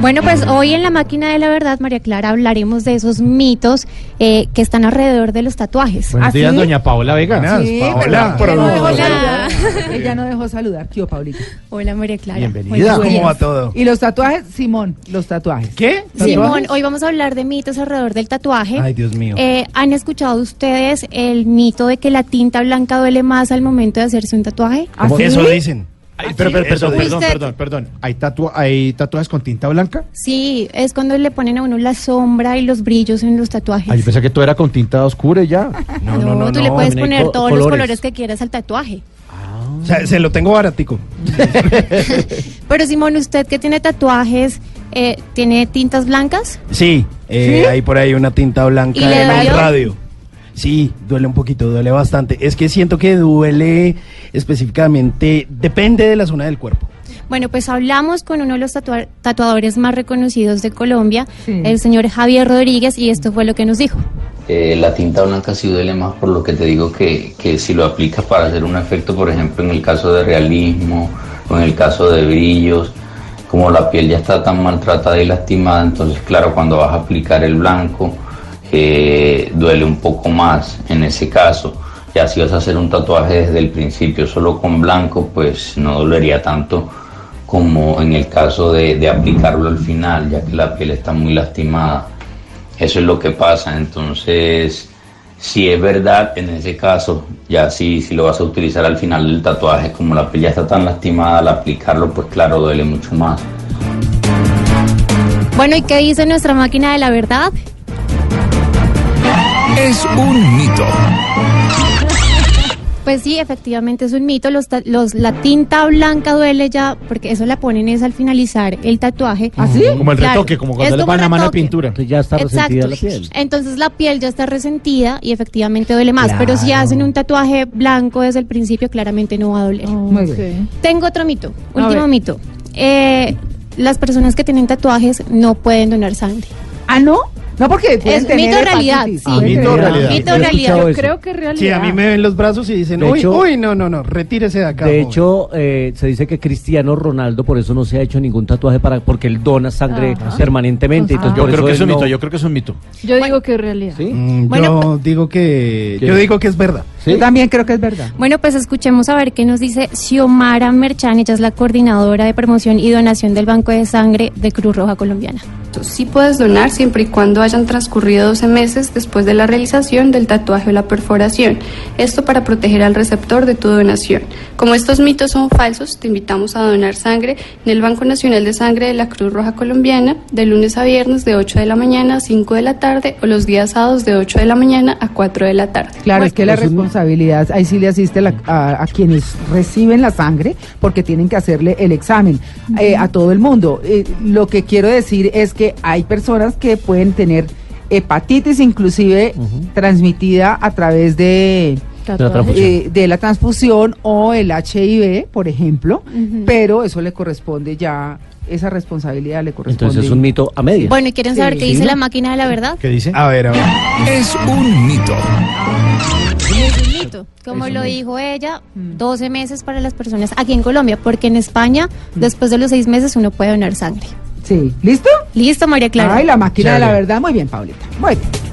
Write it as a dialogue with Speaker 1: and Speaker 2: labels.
Speaker 1: Bueno, pues hoy en la máquina de la verdad, María Clara, hablaremos de esos mitos eh, que están alrededor de los tatuajes.
Speaker 2: Buenos
Speaker 1: ¿Ah,
Speaker 2: días,
Speaker 1: sí?
Speaker 2: doña Paola Vega.
Speaker 3: Sí,
Speaker 2: Paola,
Speaker 3: pero- pero no dejó
Speaker 1: Hola.
Speaker 3: saludar. Ella no dejó saludar, tío Paulita.
Speaker 1: Hola, María Clara.
Speaker 2: Bienvenida.
Speaker 1: Buenos
Speaker 3: ¿Cómo
Speaker 1: días.
Speaker 4: va todo?
Speaker 3: Y los tatuajes, Simón, los tatuajes.
Speaker 2: ¿Qué?
Speaker 1: Simón, hoy vamos a hablar de mitos alrededor del tatuaje.
Speaker 4: Ay, Dios mío.
Speaker 1: Eh, ¿Han escuchado ustedes el mito de que la tinta blanca duele más al momento de hacerse un tatuaje? Pues
Speaker 3: ¿Ah, sí?
Speaker 4: Eso dicen.
Speaker 2: Ay, pero, pero,
Speaker 4: Eso
Speaker 2: perdón,
Speaker 4: dicen.
Speaker 2: perdón,
Speaker 1: Usted-
Speaker 2: perdón, perdón. ¿Hay, tatua- ¿Hay tatuajes con tinta blanca?
Speaker 1: Sí, es cuando le ponen a uno la sombra y los brillos en los tatuajes.
Speaker 2: Ay, pues, yo pensé que todo era con tinta oscura y ya.
Speaker 1: no, tú le puedes
Speaker 2: también hay
Speaker 1: poner
Speaker 2: co-
Speaker 1: todos los
Speaker 2: colores.
Speaker 1: colores que quieras al tatuaje.
Speaker 4: O sea, se lo tengo baratico.
Speaker 1: Pero Simón, usted que tiene tatuajes, eh, ¿tiene tintas blancas?
Speaker 4: Sí, eh, hay por ahí una tinta blanca
Speaker 1: ¿Y le
Speaker 4: en el
Speaker 1: dolió?
Speaker 4: radio. Sí, duele un poquito, duele bastante. Es que siento que duele específicamente, depende de la zona del cuerpo.
Speaker 1: Bueno, pues hablamos con uno de los tatua- tatuadores más reconocidos de Colombia,
Speaker 3: Sí.
Speaker 1: el señor Javier Rodríguez, y esto fue lo que nos dijo.
Speaker 5: Eh, la tinta blanca sí duele más por lo que te digo que, que si lo aplicas para hacer un efecto, por ejemplo, en el caso de realismo o en el caso de brillos, como la piel ya está tan maltratada y lastimada, entonces claro, cuando vas a aplicar el blanco, eh, duele un poco más en ese caso. Ya si vas a hacer un tatuaje desde el principio solo con blanco, pues no dolería tanto como en el caso de, de aplicarlo al final, ya que la piel está muy lastimada. Eso es lo que pasa. Entonces, si es verdad, en ese caso, ya si, si lo vas a utilizar al final del tatuaje, como la piel ya está tan lastimada, al aplicarlo, pues claro, duele mucho más.
Speaker 1: Bueno, ¿y qué dice nuestra máquina de la verdad?
Speaker 6: Es un mito.
Speaker 1: Pues sí, efectivamente es un mito. Los, ta- los- la tinta blanca duele ya, porque eso la ponen es al finalizar el tatuaje.
Speaker 3: ¿Así?
Speaker 2: Como el
Speaker 1: Claro,
Speaker 2: retoque, como cuando
Speaker 1: es
Speaker 2: le
Speaker 1: como
Speaker 2: ponen la mano de
Speaker 1: retoque.
Speaker 2: pintura.
Speaker 7: Entonces ya está resentida
Speaker 1: Exacto.
Speaker 7: la piel.
Speaker 1: Entonces la piel ya está resentida y efectivamente duele más. Pero si hacen un tatuaje blanco desde el principio, claramente no va a doler.
Speaker 3: Muy bien.
Speaker 1: Tengo otro mito,
Speaker 3: A
Speaker 1: último
Speaker 3: ver.
Speaker 1: mito. Eh, las personas que tienen tatuajes no pueden donar sangre.
Speaker 3: ¿Ah, no? No, porque pueden
Speaker 1: Es
Speaker 3: tener
Speaker 1: mito o realidad,
Speaker 3: hepatitis.
Speaker 1: sí.
Speaker 2: Ah, mito o realidad.
Speaker 1: Mito o
Speaker 7: Yo he
Speaker 1: realidad.
Speaker 7: escuchado
Speaker 1: Yo
Speaker 7: eso.
Speaker 3: que realidad.
Speaker 4: Sí, a mí me ven los brazos y dicen,
Speaker 7: De
Speaker 4: uy,
Speaker 7: hecho-
Speaker 4: uy, no, no, no, retírese de acá.
Speaker 7: De
Speaker 4: joven".
Speaker 7: hecho, eh, se dice que Cristiano Ronaldo por eso no se ha hecho ningún tatuaje para porque él dona sangre permanentemente. Entonces,
Speaker 2: Yo
Speaker 7: por
Speaker 2: creo que
Speaker 7: él
Speaker 2: es un
Speaker 7: no-
Speaker 2: mito, yo creo que es un mito.
Speaker 8: Yo digo que es realidad.
Speaker 7: ¿Sí?
Speaker 4: Mm,
Speaker 1: Bueno, pues-
Speaker 4: yo digo que,
Speaker 7: ¿Qué?
Speaker 4: yo digo que es verdad.
Speaker 3: Yo también creo que es verdad.
Speaker 1: Bueno, pues escuchemos a ver qué nos dice Xiomara Merchan, ella es la coordinadora de promoción y donación del Banco de Sangre de Cruz Roja Colombiana.
Speaker 9: Sí puedes donar siempre y cuando hayan transcurrido 12 meses después de la realización del tatuaje o la perforación. Esto para proteger al receptor de tu donación. Como estos mitos son falsos, te invitamos a donar sangre en el Banco Nacional de Sangre de la Cruz Roja Colombiana de lunes a viernes de 8 de la mañana a 5 de la tarde o los días sábados de 8 de la mañana a 4 de la tarde.
Speaker 3: Claro, es que la responsabilidad, ahí sí le asiste la- a, a quienes reciben la sangre, porque tienen que hacerle el examen eh, a todo el mundo. Eh, lo que quiero decir es que hay personas que pueden tener hepatitis, inclusive transmitida a través de,
Speaker 7: La transfusión.
Speaker 3: eh, de la transfusión o el HIV, por ejemplo, pero eso le corresponde ya, esa responsabilidad le corresponde.
Speaker 7: Entonces es un mito a medias.
Speaker 1: Bueno, ¿y quieren saber qué dice la máquina de la verdad?
Speaker 2: ¿Qué dice?
Speaker 4: A ver, a ver.
Speaker 6: Es un mito.
Speaker 1: Es un mito. Como lo dijo ella, 12 meses para las personas aquí en Colombia, porque en España, después de los 6 meses, uno puede donar sangre.
Speaker 3: Sí, ¿listo?
Speaker 1: Listo, María Clara.
Speaker 3: Ay, la máquina de la verdad. Muy bien, Paulita. Muy bien.